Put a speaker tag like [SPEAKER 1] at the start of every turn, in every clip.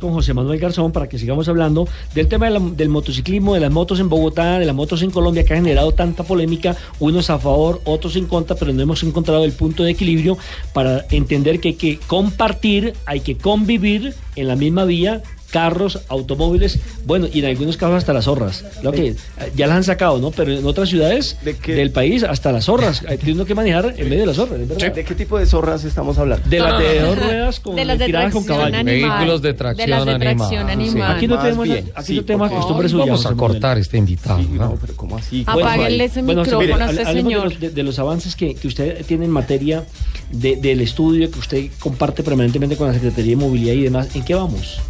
[SPEAKER 1] con José Manuel Garzón para que sigamos hablando del tema de la- del motociclismo, de las motos en Bogotá, de las motos en Colombia que ha generado tanta polémica, unos a favor, otros en contra, pero no hemos encontrado el punto de equilibrio para entender que hay que compartir, hay que convivir en la misma vía carros, automóviles, bueno, y en algunos casos hasta las zorras. Lo que eh, ya las han sacado, ¿no? Pero en otras ciudades
[SPEAKER 2] ¿De qué?
[SPEAKER 1] del país hasta las zorras. Hay- Tiene uno que manejar en medio de las zorras, es verdad.
[SPEAKER 2] ¿De qué tipo de zorras estamos hablando?
[SPEAKER 1] De las de dos ruedas con
[SPEAKER 3] De las de
[SPEAKER 1] tiradas con
[SPEAKER 3] tracción
[SPEAKER 1] caballo.
[SPEAKER 3] animal.
[SPEAKER 4] Vehículos de tracción
[SPEAKER 3] de las de
[SPEAKER 4] animal,
[SPEAKER 3] tracción
[SPEAKER 4] sí.
[SPEAKER 3] animal.
[SPEAKER 1] Aquí no
[SPEAKER 2] Más
[SPEAKER 1] tenemos,
[SPEAKER 2] bien,
[SPEAKER 1] aquí
[SPEAKER 2] sí,
[SPEAKER 1] no tenemos
[SPEAKER 2] porque-
[SPEAKER 1] costumbres suyas.
[SPEAKER 4] Vamos a
[SPEAKER 1] José Manuel.
[SPEAKER 4] cortar este invitado.
[SPEAKER 2] Sí,
[SPEAKER 4] ¿no?
[SPEAKER 2] no, pues, pero ¿cómo así?
[SPEAKER 4] Ah.
[SPEAKER 2] ¿Cuál fue ahí?
[SPEAKER 3] Apáguenle ese
[SPEAKER 1] Bueno, José,
[SPEAKER 3] micrófono a
[SPEAKER 1] mire,
[SPEAKER 3] este
[SPEAKER 1] hable- hablemos de
[SPEAKER 3] señor.
[SPEAKER 1] los- De, de los avances que, que usted tiene en materia de- del estudio que usted comparte permanentemente con la Secretaría de Movilidad y demás. ¿En qué vamos?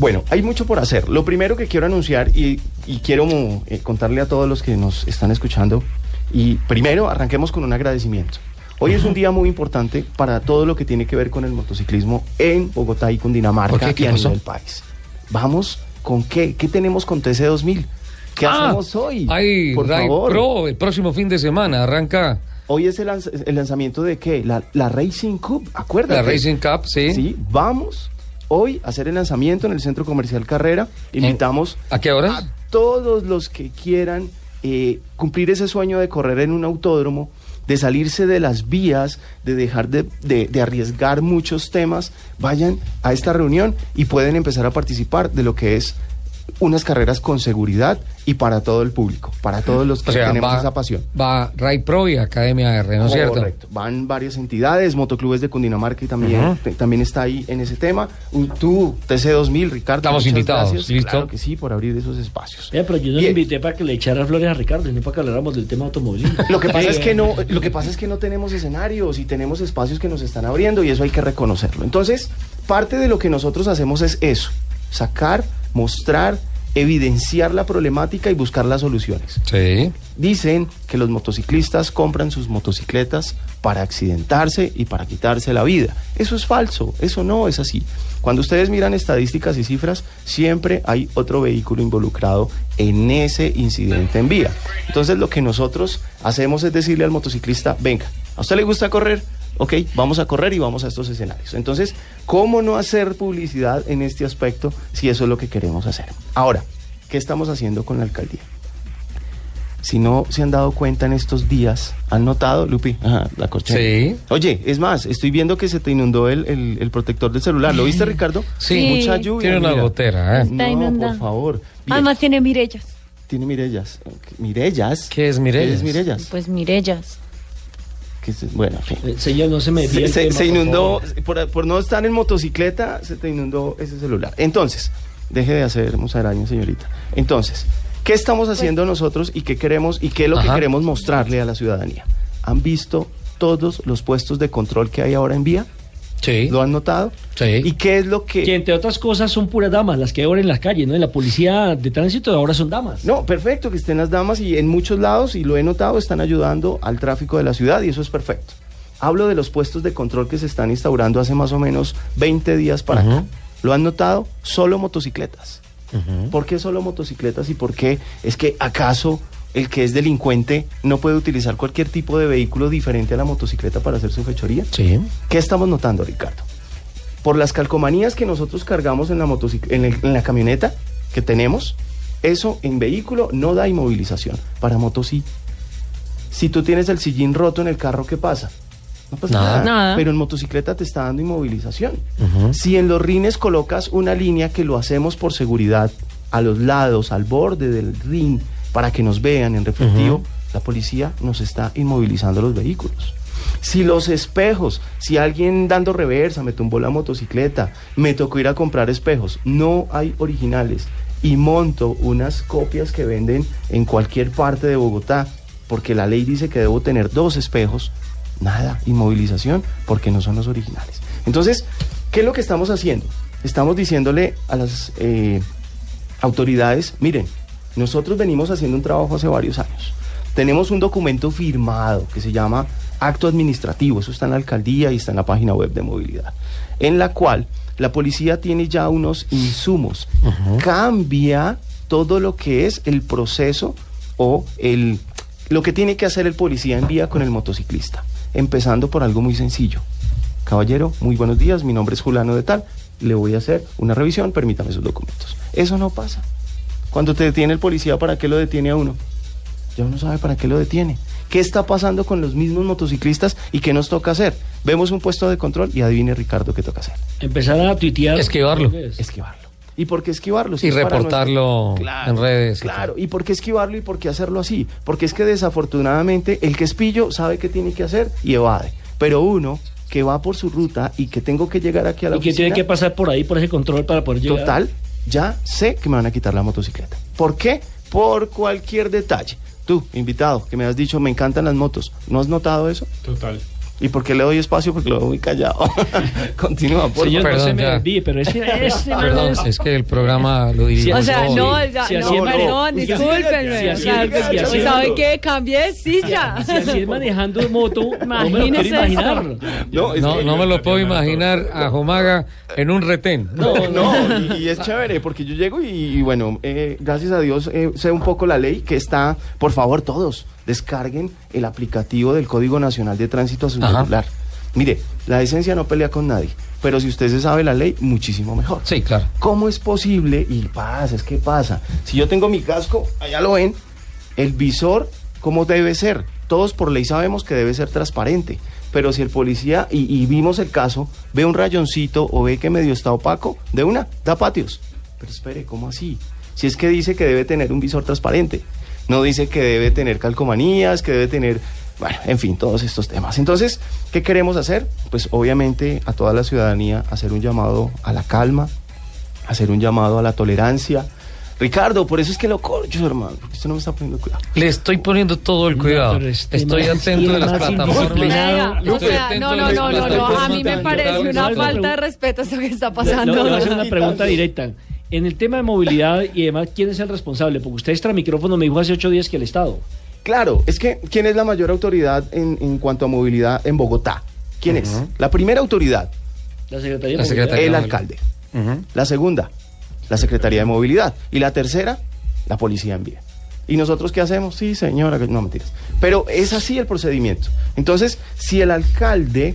[SPEAKER 2] Bueno, hay mucho por hacer. Lo primero que quiero anunciar y, y quiero mm, eh, contarle a todos los que nos están escuchando, y primero arranquemos con un agradecimiento. Hoy es un día muy importante para todo lo que tiene que ver con el motociclismo en Bogotá y
[SPEAKER 4] ¿Por
[SPEAKER 2] Cundinamarca
[SPEAKER 4] qué? ¿Qué
[SPEAKER 2] y a
[SPEAKER 4] pasó?
[SPEAKER 2] nivel país. Vamos con qué? ¿Qué tenemos con TC2000? ¿Qué
[SPEAKER 4] Ah,
[SPEAKER 2] hacemos hoy?
[SPEAKER 4] Hay
[SPEAKER 2] por
[SPEAKER 4] Ray
[SPEAKER 2] favor.
[SPEAKER 4] Pro el próximo fin de semana. Arranca
[SPEAKER 2] Hoy es el, lanz- el lanzamiento de qué? La, la Racing Cup, acuérdate.
[SPEAKER 4] la Racing Cup, sí.
[SPEAKER 2] Sí, vamos hoy a hacer el lanzamiento en el Centro Comercial Carrera. Invitamos
[SPEAKER 4] ¿A qué
[SPEAKER 2] a
[SPEAKER 4] hora?
[SPEAKER 2] todos los que quieran eh, cumplir ese sueño de correr en un autódromo, de salirse de las vías, de dejar de, de- de arriesgar muchos temas, vayan a esta reunión y pueden empezar a participar de lo que es unas carreras con seguridad y para todo el público, para todos los que
[SPEAKER 4] O sea,
[SPEAKER 2] tenemos
[SPEAKER 4] va,
[SPEAKER 2] esa pasión. Oh,
[SPEAKER 4] va Ray Pro y Academia R, ¿no es cierto?
[SPEAKER 2] Correcto. Van varias entidades, motoclubes de Cundinamarca y también,
[SPEAKER 4] Ajá.
[SPEAKER 2] te- también está ahí en ese tema. Un- Tú, TC2000, Ricardo.
[SPEAKER 4] Estamos
[SPEAKER 2] muchas
[SPEAKER 4] invitados,
[SPEAKER 2] gracias.
[SPEAKER 4] ¿listo?
[SPEAKER 2] Claro que sí, por abrir esos espacios.
[SPEAKER 1] Eh, pero yo no lo
[SPEAKER 2] Bien.
[SPEAKER 1] invité para que le echara flores a Ricardo, no para que habláramos del tema automovilismo.
[SPEAKER 2] Lo que pasa es que no, lo que pasa es que no tenemos escenarios y tenemos espacios que nos están abriendo y eso hay que reconocerlo. Entonces, parte de lo que nosotros hacemos es eso: sacar, mostrar, evidenciar la problemática y buscar las soluciones.
[SPEAKER 4] Sí.
[SPEAKER 2] Dicen que los motociclistas compran sus motocicletas para accidentarse y para quitarse la vida. Eso es falso, eso no es así. Cuando ustedes miran estadísticas y cifras, siempre hay otro vehículo involucrado en ese incidente en vía. Entonces lo que nosotros hacemos es decirle al motociclista, venga, ¿a usted le gusta correr? Ok, vamos a correr y vamos a estos escenarios. Entonces, ¿cómo no hacer publicidad en este aspecto si eso es lo que queremos hacer? Ahora, ¿qué estamos haciendo con la alcaldía? Si no se han dado cuenta en estos días, ¿han notado, Lupi? Ajá, la corchea.
[SPEAKER 4] Sí.
[SPEAKER 2] Oye, es más, estoy viendo que se te inundó el, el- el protector del celular. ¿Lo viste, Ricardo?
[SPEAKER 4] Sí.
[SPEAKER 2] Mucha lluvia.
[SPEAKER 4] Tiene una
[SPEAKER 2] mira.
[SPEAKER 4] gotera, ¿eh?
[SPEAKER 5] Está
[SPEAKER 2] no,
[SPEAKER 5] inundado.
[SPEAKER 2] por favor. Bien.
[SPEAKER 5] Además Ah, tiene Mirellas.
[SPEAKER 2] Tiene Mirellas. Ok, ¿Mirellas?
[SPEAKER 4] ¿Qué es Mirellas?
[SPEAKER 2] ¿Qué es Mirellas?
[SPEAKER 5] Pues Mirellas.
[SPEAKER 2] ¿Qué es- Bueno, en fin.
[SPEAKER 1] Eh, Señor, no se me desvíe
[SPEAKER 2] Se,
[SPEAKER 1] el
[SPEAKER 2] se-
[SPEAKER 1] tema,
[SPEAKER 2] se
[SPEAKER 1] por
[SPEAKER 2] inundó,
[SPEAKER 1] favor.
[SPEAKER 2] por, por no estar en motocicleta, se te inundó ese celular. Entonces, deje de hacer musaraña, señorita. Entonces, ¿qué estamos haciendo nosotros y qué queremos y qué es lo que
[SPEAKER 4] Ajá.
[SPEAKER 2] queremos mostrarle a la ciudadanía? ¿Han visto todos los puestos de control que hay ahora en vía?
[SPEAKER 4] Sí.
[SPEAKER 2] ¿Lo han notado?
[SPEAKER 4] Sí.
[SPEAKER 2] ¿Y qué es lo que...?
[SPEAKER 1] Que entre otras cosas son puras damas las que hay ahora en las calles, ¿no? En la policía de tránsito ahora son damas.
[SPEAKER 2] No, perfecto, que estén las damas y en muchos lados, y lo he notado, están ayudando al tráfico de la ciudad y eso es perfecto. Hablo de los puestos de control que se están instaurando hace más o menos 20 días para acá. ¿Lo han notado? Solo motocicletas. ¿Por qué solo motocicletas y por qué? Es que acaso el que es delincuente no puede utilizar cualquier tipo de vehículo diferente a la motocicleta para hacer su fechoría.
[SPEAKER 4] Sí.
[SPEAKER 2] ¿Qué estamos notando, Ricardo? Por las calcomanías que nosotros cargamos en la, motocic- en el- en la camioneta que tenemos, eso en vehículo no da inmovilización. Para moto sí. Si tú tienes el sillín roto en el carro, ¿qué pasa? No pasa
[SPEAKER 4] Nada.
[SPEAKER 2] nada.
[SPEAKER 3] Nada.
[SPEAKER 2] Pero en motocicleta te está dando inmovilización. Si en los rines colocas una línea que lo hacemos por seguridad, a los lados, al borde del rin, para que nos vean en reflectivo, la policía nos está inmovilizando los vehículos. Si los espejos, si alguien dando reversa me tumbó la motocicleta, me tocó ir a comprar espejos, no hay originales y monto unas copias que venden en cualquier parte de Bogotá, porque la ley dice que debo tener dos espejos, nada, inmovilización, porque no son los originales. Entonces, ¿qué es lo que estamos haciendo? estamos diciéndole a las eh, autoridades, miren, nosotros venimos haciendo un trabajo hace varios años. Tenemos un documento firmado que se llama acto administrativo, eso está en la alcaldía y está en la página web de movilidad, en la cual la policía tiene ya unos insumos, cambia todo lo que es el proceso o el, lo que tiene que hacer el policía en vía con el motociclista, empezando por algo muy sencillo, Caballero, muy buenos días, mi nombre es Julano de Tal, le voy a hacer una revisión, permítame sus documentos. Eso no pasa. Cuando te detiene el policía, ¿para qué lo detiene a uno? Ya uno sabe para qué lo detiene. ¿Qué está pasando con los mismos motociclistas y qué nos toca hacer? Vemos un puesto de control y adivine Ricardo qué toca hacer.
[SPEAKER 1] Empezar a tuitear.
[SPEAKER 4] Esquivarlo.
[SPEAKER 1] ¿Qué es?
[SPEAKER 2] Esquivarlo. ¿Y por qué esquivarlo? Si
[SPEAKER 4] Y
[SPEAKER 2] es para
[SPEAKER 4] reportarlo en redes.
[SPEAKER 2] Claro, ¿y por qué esquivarlo y por qué hacerlo así? Porque es que desafortunadamente el que es pillo sabe qué tiene que hacer y evade. Pero uno que va por su ruta y que tengo que llegar aquí a la
[SPEAKER 1] Y que
[SPEAKER 2] oficina,
[SPEAKER 1] tiene que pasar por ahí, por ese control para poder llegar.
[SPEAKER 2] Total, ya sé que me van a quitar la motocicleta. ¿Por qué? Por cualquier detalle. Tú, invitado, que me has dicho, me encantan las motos. ¿No has notado eso?
[SPEAKER 6] Total.
[SPEAKER 2] ¿Y por qué le doy espacio? Porque lo veo muy callado. Continúa, por
[SPEAKER 1] Señor, no
[SPEAKER 4] Perdón,
[SPEAKER 1] se me
[SPEAKER 4] ya.
[SPEAKER 1] desvíe, pero ese, ese no
[SPEAKER 4] Perdón,
[SPEAKER 1] es-
[SPEAKER 4] es que el programa lo dirigimos.
[SPEAKER 7] O sea,
[SPEAKER 4] hoy.
[SPEAKER 7] no, ya,
[SPEAKER 1] Ah, sí,
[SPEAKER 7] no,
[SPEAKER 1] así es,
[SPEAKER 7] perdón,
[SPEAKER 1] no.
[SPEAKER 7] discúlpenme.
[SPEAKER 1] Sí,
[SPEAKER 7] o
[SPEAKER 1] así
[SPEAKER 7] sea,
[SPEAKER 1] es, sí, así es.
[SPEAKER 7] ¿Saben qué? Cambié de silla.
[SPEAKER 1] Si así es manejando moto, no me lo quiero
[SPEAKER 7] Imagínese
[SPEAKER 1] imaginar.
[SPEAKER 2] No, es
[SPEAKER 4] No,
[SPEAKER 2] que-
[SPEAKER 4] no me lo puedo imaginar a Jomaga en un retén.
[SPEAKER 2] No, no, y, y es chévere porque yo llego y, y bueno, eh, gracias a Dios eh, sé un poco la ley que está, por favor todos, descarguen el aplicativo del Código Nacional de Tránsito a su
[SPEAKER 4] Ajá.
[SPEAKER 2] celular. Mire, la esencia no pelea con nadie, pero si usted se sabe la ley, muchísimo mejor.
[SPEAKER 4] Sí, claro.
[SPEAKER 2] ¿Cómo es posible? Y pasa, es que pasa. Si yo tengo mi casco, allá lo ven, el visor, ¿cómo debe ser? Todos por ley sabemos que debe ser transparente. Pero si el policía, y, y vimos el caso, ve un rayoncito o ve que medio está opaco, de una, da patios. Pero espere, ¿cómo así? Si es que dice que debe tener un visor transparente, no dice que debe tener calcomanías, que debe tener, bueno, en fin, todos estos temas. Entonces, ¿qué queremos hacer? Pues obviamente a toda la ciudadanía hacer un llamado a la calma, hacer un llamado a la tolerancia. Ricardo, por eso es que lo corcho, hermano, porque usted no me está poniendo cuidado.
[SPEAKER 4] Le estoy poniendo todo el cuidado.
[SPEAKER 1] pero este
[SPEAKER 4] estoy
[SPEAKER 1] man sí
[SPEAKER 4] atento de
[SPEAKER 1] es
[SPEAKER 4] las
[SPEAKER 1] más
[SPEAKER 4] plataformas.
[SPEAKER 1] indisciplinado.
[SPEAKER 7] Venga, o
[SPEAKER 4] Estoy
[SPEAKER 7] sea,
[SPEAKER 4] atento
[SPEAKER 7] no,
[SPEAKER 4] a
[SPEAKER 7] no,
[SPEAKER 4] las
[SPEAKER 7] no, no, no, a mí me
[SPEAKER 4] plataformas
[SPEAKER 7] parece una
[SPEAKER 4] digitales.
[SPEAKER 7] falta de respeto eso que está
[SPEAKER 1] Le- le
[SPEAKER 7] pasando.
[SPEAKER 1] voy a hacer una pregunta directa. En el tema de movilidad y demás, ¿quién es el responsable? Porque usted extra micrófono me dijo hace ocho días que el Estado.
[SPEAKER 2] Claro, es que ¿quién es la mayor autoridad en, en cuanto a movilidad en Bogotá? ¿Quién es? La primera autoridad,
[SPEAKER 1] La Secretaría de
[SPEAKER 4] La
[SPEAKER 1] Movilidad.
[SPEAKER 4] Secretaría.
[SPEAKER 2] el
[SPEAKER 4] Movilidad.
[SPEAKER 2] alcalde.
[SPEAKER 4] Ujú.
[SPEAKER 2] La segunda, la Secretaría de Movilidad. Y la tercera, la Policía en Vía. ¿Y nosotros qué hacemos? Sí, señora, que- no mentiras. Pero es así el procedimiento. Entonces, si el alcalde,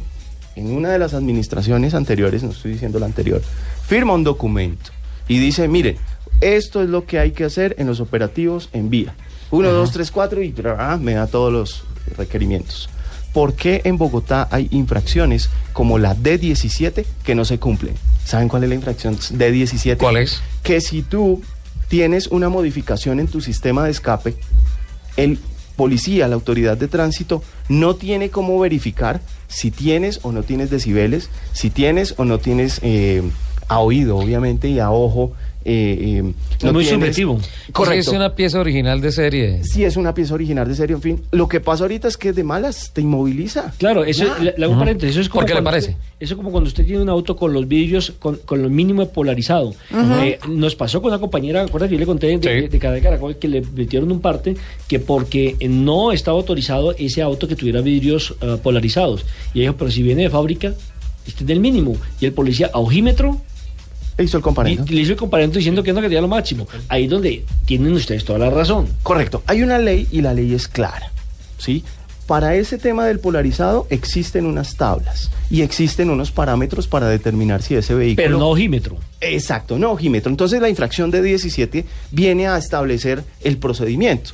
[SPEAKER 2] en una de las administraciones anteriores, no estoy diciendo la anterior, firma un documento y dice, miren, esto es lo que hay que hacer en los operativos en vía. Uno, dos, tres, cuatro y tra- me da todos los requerimientos. ¿Por qué en Bogotá hay infracciones como la D17 que no se cumplen? ¿Saben cuál es la infracción D17?
[SPEAKER 4] ¿Cuál es?
[SPEAKER 2] Que si tú tienes una modificación en tu sistema de escape, el policía, la autoridad de tránsito, no tiene cómo verificar si tienes o no tienes decibeles, si tienes o no tienes eh, a oído, obviamente, y a ojo. eh, eh,
[SPEAKER 1] Es muy
[SPEAKER 2] tienes-
[SPEAKER 1] subjetivo.
[SPEAKER 2] Correcto.
[SPEAKER 4] Es una pieza original de serie.
[SPEAKER 2] Si es una pieza original de serie, en fin. Lo que pasa ahorita es que de malas te inmoviliza.
[SPEAKER 1] Claro, eso, le- le hago un paréntesis, eso es como
[SPEAKER 4] ¿Por qué le
[SPEAKER 1] cuando
[SPEAKER 4] parece?
[SPEAKER 1] usted- eso es como cuando usted tiene un auto con los vidrios, con, con lo mínimo polarizado. Eh, nos pasó con una compañera, ¿acuerdas que yo le conté de,
[SPEAKER 4] Sí.
[SPEAKER 1] de Cadena Caracol que le metieron un parte que porque no estaba autorizado ese auto que tuviera vidrios ah, polarizados? Y ella dijo, pero si viene de fábrica, este es del mínimo. Y el policía, a ojímetro,
[SPEAKER 2] E hizo el
[SPEAKER 1] y-
[SPEAKER 2] comparendo.
[SPEAKER 1] le hizo el comparendo diciendo que no quería lo máximo. Ahí es donde tienen ustedes toda la razón.
[SPEAKER 2] Correcto. Hay una ley y la ley es clara. ¿Sí? Para ese tema del polarizado existen unas tablas y existen unos parámetros para determinar si ese vehículo.
[SPEAKER 1] Pero no a ojímetro.
[SPEAKER 2] Exacto, no, ojímetro. Entonces la infracción de 17 viene a establecer el procedimiento.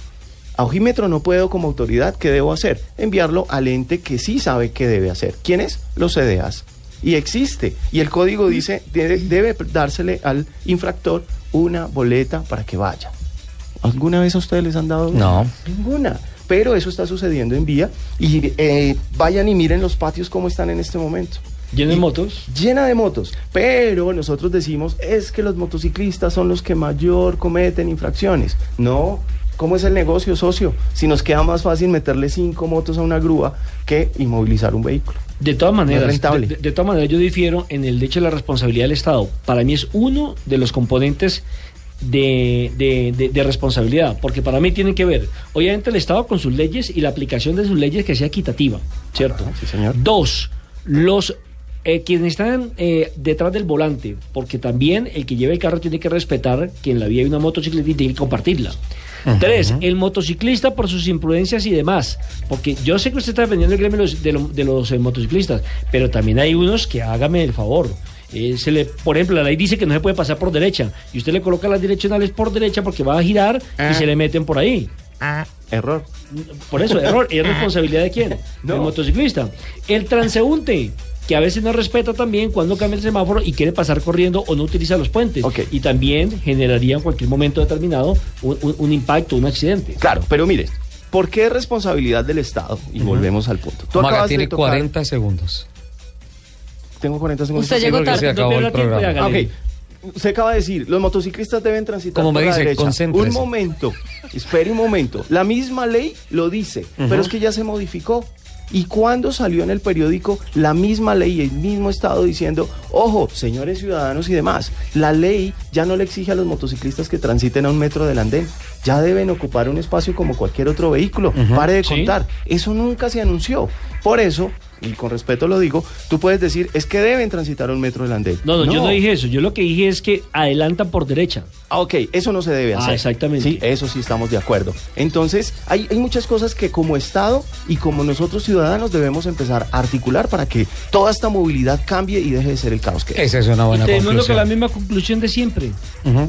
[SPEAKER 2] A ojímetro no puedo como autoridad, ¿qué debo hacer? Enviarlo al ente que sí sabe qué debe hacer. ¿Quién es? Los CDAs. Y existe. Y el código dice, debe, debe dársele al infractor una boleta para que vaya. ¿Alguna vez a ustedes les han dado?
[SPEAKER 4] No.
[SPEAKER 2] Ninguna. Pero eso está sucediendo en vía. Y eh, vayan y miren los patios cómo están en este momento
[SPEAKER 1] Lleno de motos.
[SPEAKER 2] llena de motos, pero nosotros decimos es que los motociclistas son los que mayor cometen infracciones. No, ¿cómo es el negocio, socio? Si nos queda más fácil meterle cinco motos a una grúa que inmovilizar un vehículo.
[SPEAKER 1] De todas maneras,
[SPEAKER 2] rentable.
[SPEAKER 1] De, de- de todas maneras, yo difiero en el hecho de la responsabilidad del Estado. Para mí es uno de los componentes de, de- de- de responsabilidad, porque para mí tienen que ver, obviamente, el Estado con sus leyes y la aplicación de sus leyes que sea equitativa, ¿cierto?
[SPEAKER 2] Ajá, Ah, sí, señor.
[SPEAKER 1] Dos, los eh, quienes están eh, detrás del volante, porque también el que lleva el carro tiene que respetar que en la vía hay una motocicleta y tiene que compartirla. Tres, el motociclista por sus imprudencias y demás, porque yo sé que usted está defendiendo el gremio de los, de lo- de los, eh, motociclistas, pero también hay unos que hágame el favor. eh, se le, por ejemplo, la ley dice que no se puede pasar por derecha y usted le coloca las direccionales por derecha porque va a girar y se le meten por ahí.
[SPEAKER 2] Error.
[SPEAKER 1] Por eso, error. ¿Y es responsabilidad de quién?
[SPEAKER 2] No.
[SPEAKER 1] Del motociclista. El transeúnte, que a veces no respeta también cuando cambia el semáforo y quiere pasar corriendo o no utiliza los puentes.
[SPEAKER 2] Ok.
[SPEAKER 1] Y también generaría en cualquier momento determinado un, un- un impacto, un accidente.
[SPEAKER 2] Claro, pero mire, ¿por qué es responsabilidad del Estado? Y volvemos al punto. Tú
[SPEAKER 4] Maga
[SPEAKER 2] acabas de
[SPEAKER 4] tiene
[SPEAKER 2] tocar-
[SPEAKER 4] 40 segundos.
[SPEAKER 2] Tengo 40 segundos.
[SPEAKER 7] Usted llegó
[SPEAKER 4] porque
[SPEAKER 7] tarde.
[SPEAKER 4] se acabó
[SPEAKER 1] pierda
[SPEAKER 4] el
[SPEAKER 1] tiempo y
[SPEAKER 4] programa.
[SPEAKER 1] hágale.
[SPEAKER 2] Ah, ok. Usted acaba de decir, los motociclistas deben transitar
[SPEAKER 4] Como me
[SPEAKER 2] por la
[SPEAKER 4] dice,
[SPEAKER 2] derecha.
[SPEAKER 4] concéntrese.
[SPEAKER 2] Un momento, espere un momento. La misma ley lo dice, pero es que ya se modificó. ¿Y cuándo salió en el periódico la misma ley, el mismo Estado diciendo, ojo, señores ciudadanos y demás, la ley ya no le exige a los motociclistas que transiten a un metro del andén, ya deben ocupar un espacio como cualquier otro vehículo, pare de
[SPEAKER 1] Sí.
[SPEAKER 2] contar. Eso nunca se anunció. Por eso, y con respeto lo digo, tú puedes decir, es que deben transitar a un metro del andén.
[SPEAKER 1] No, no, yo no dije eso. Yo lo que dije es que adelanta por derecha.
[SPEAKER 2] Ah, ok, eso no se debe
[SPEAKER 1] Ah,
[SPEAKER 2] hacer.
[SPEAKER 1] exactamente.
[SPEAKER 2] Sí, eso sí estamos de acuerdo. Entonces, hay, hay muchas cosas que como Estado y como nosotros ciudadanos debemos empezar a articular para que toda esta movilidad cambie y deje de ser el caos que es.
[SPEAKER 4] Esa es una
[SPEAKER 1] Y
[SPEAKER 4] buena
[SPEAKER 1] tenemos lo que la
[SPEAKER 4] conclusión.
[SPEAKER 1] misma conclusión de siempre.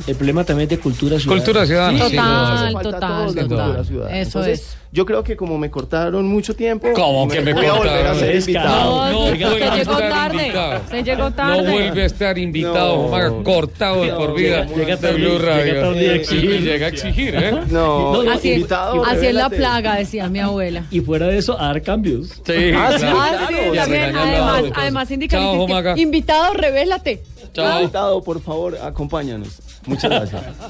[SPEAKER 1] El problema también es de cultura ciudadana.
[SPEAKER 4] Cultura ciudadana. sí,
[SPEAKER 7] Total,
[SPEAKER 4] no,
[SPEAKER 2] Falta
[SPEAKER 7] total,
[SPEAKER 2] todo de
[SPEAKER 4] total.
[SPEAKER 2] cultura ciudadana.
[SPEAKER 7] Eso
[SPEAKER 2] Entonces,
[SPEAKER 7] es.
[SPEAKER 2] Yo creo que como me cortaron mucho tiempo,
[SPEAKER 4] ¿Cómo que me
[SPEAKER 2] voy a volver a
[SPEAKER 4] cortaron?
[SPEAKER 2] ser
[SPEAKER 1] Es que-
[SPEAKER 7] No,
[SPEAKER 2] invitado.
[SPEAKER 4] No
[SPEAKER 7] usted
[SPEAKER 4] vuelve a
[SPEAKER 7] llegó
[SPEAKER 4] estar
[SPEAKER 7] tarde.
[SPEAKER 4] invitado.
[SPEAKER 7] Usted llegó tarde.
[SPEAKER 4] No vuelve a estar invitado,
[SPEAKER 2] No.
[SPEAKER 4] Maga, cortado de
[SPEAKER 1] No,
[SPEAKER 4] por vida.
[SPEAKER 1] llega- llega
[SPEAKER 4] de
[SPEAKER 1] tarde,
[SPEAKER 4] Blue
[SPEAKER 1] llega
[SPEAKER 4] Radio.
[SPEAKER 1] tarde a
[SPEAKER 4] Y- y
[SPEAKER 1] exigir.
[SPEAKER 4] llega a exigir, ¿eh?
[SPEAKER 2] No,
[SPEAKER 1] No, no,
[SPEAKER 7] Así,
[SPEAKER 2] invitado,
[SPEAKER 7] así es la
[SPEAKER 2] revélate.
[SPEAKER 7] plaga, decía mi abuela.
[SPEAKER 1] Y fuera de eso, a dar cambios.
[SPEAKER 4] Sí,
[SPEAKER 2] Ah, sí,
[SPEAKER 4] claro.
[SPEAKER 7] Ah, sí,
[SPEAKER 4] Y a
[SPEAKER 7] también,
[SPEAKER 4] regañarlo a
[SPEAKER 7] además,
[SPEAKER 4] otros.
[SPEAKER 7] además
[SPEAKER 4] Chao,
[SPEAKER 7] indicalices que
[SPEAKER 4] Jomaga.
[SPEAKER 2] Ah,
[SPEAKER 7] invitado, revélate.
[SPEAKER 4] Chao.
[SPEAKER 2] Invitado, por favor, acompáñanos. Muchas gracias.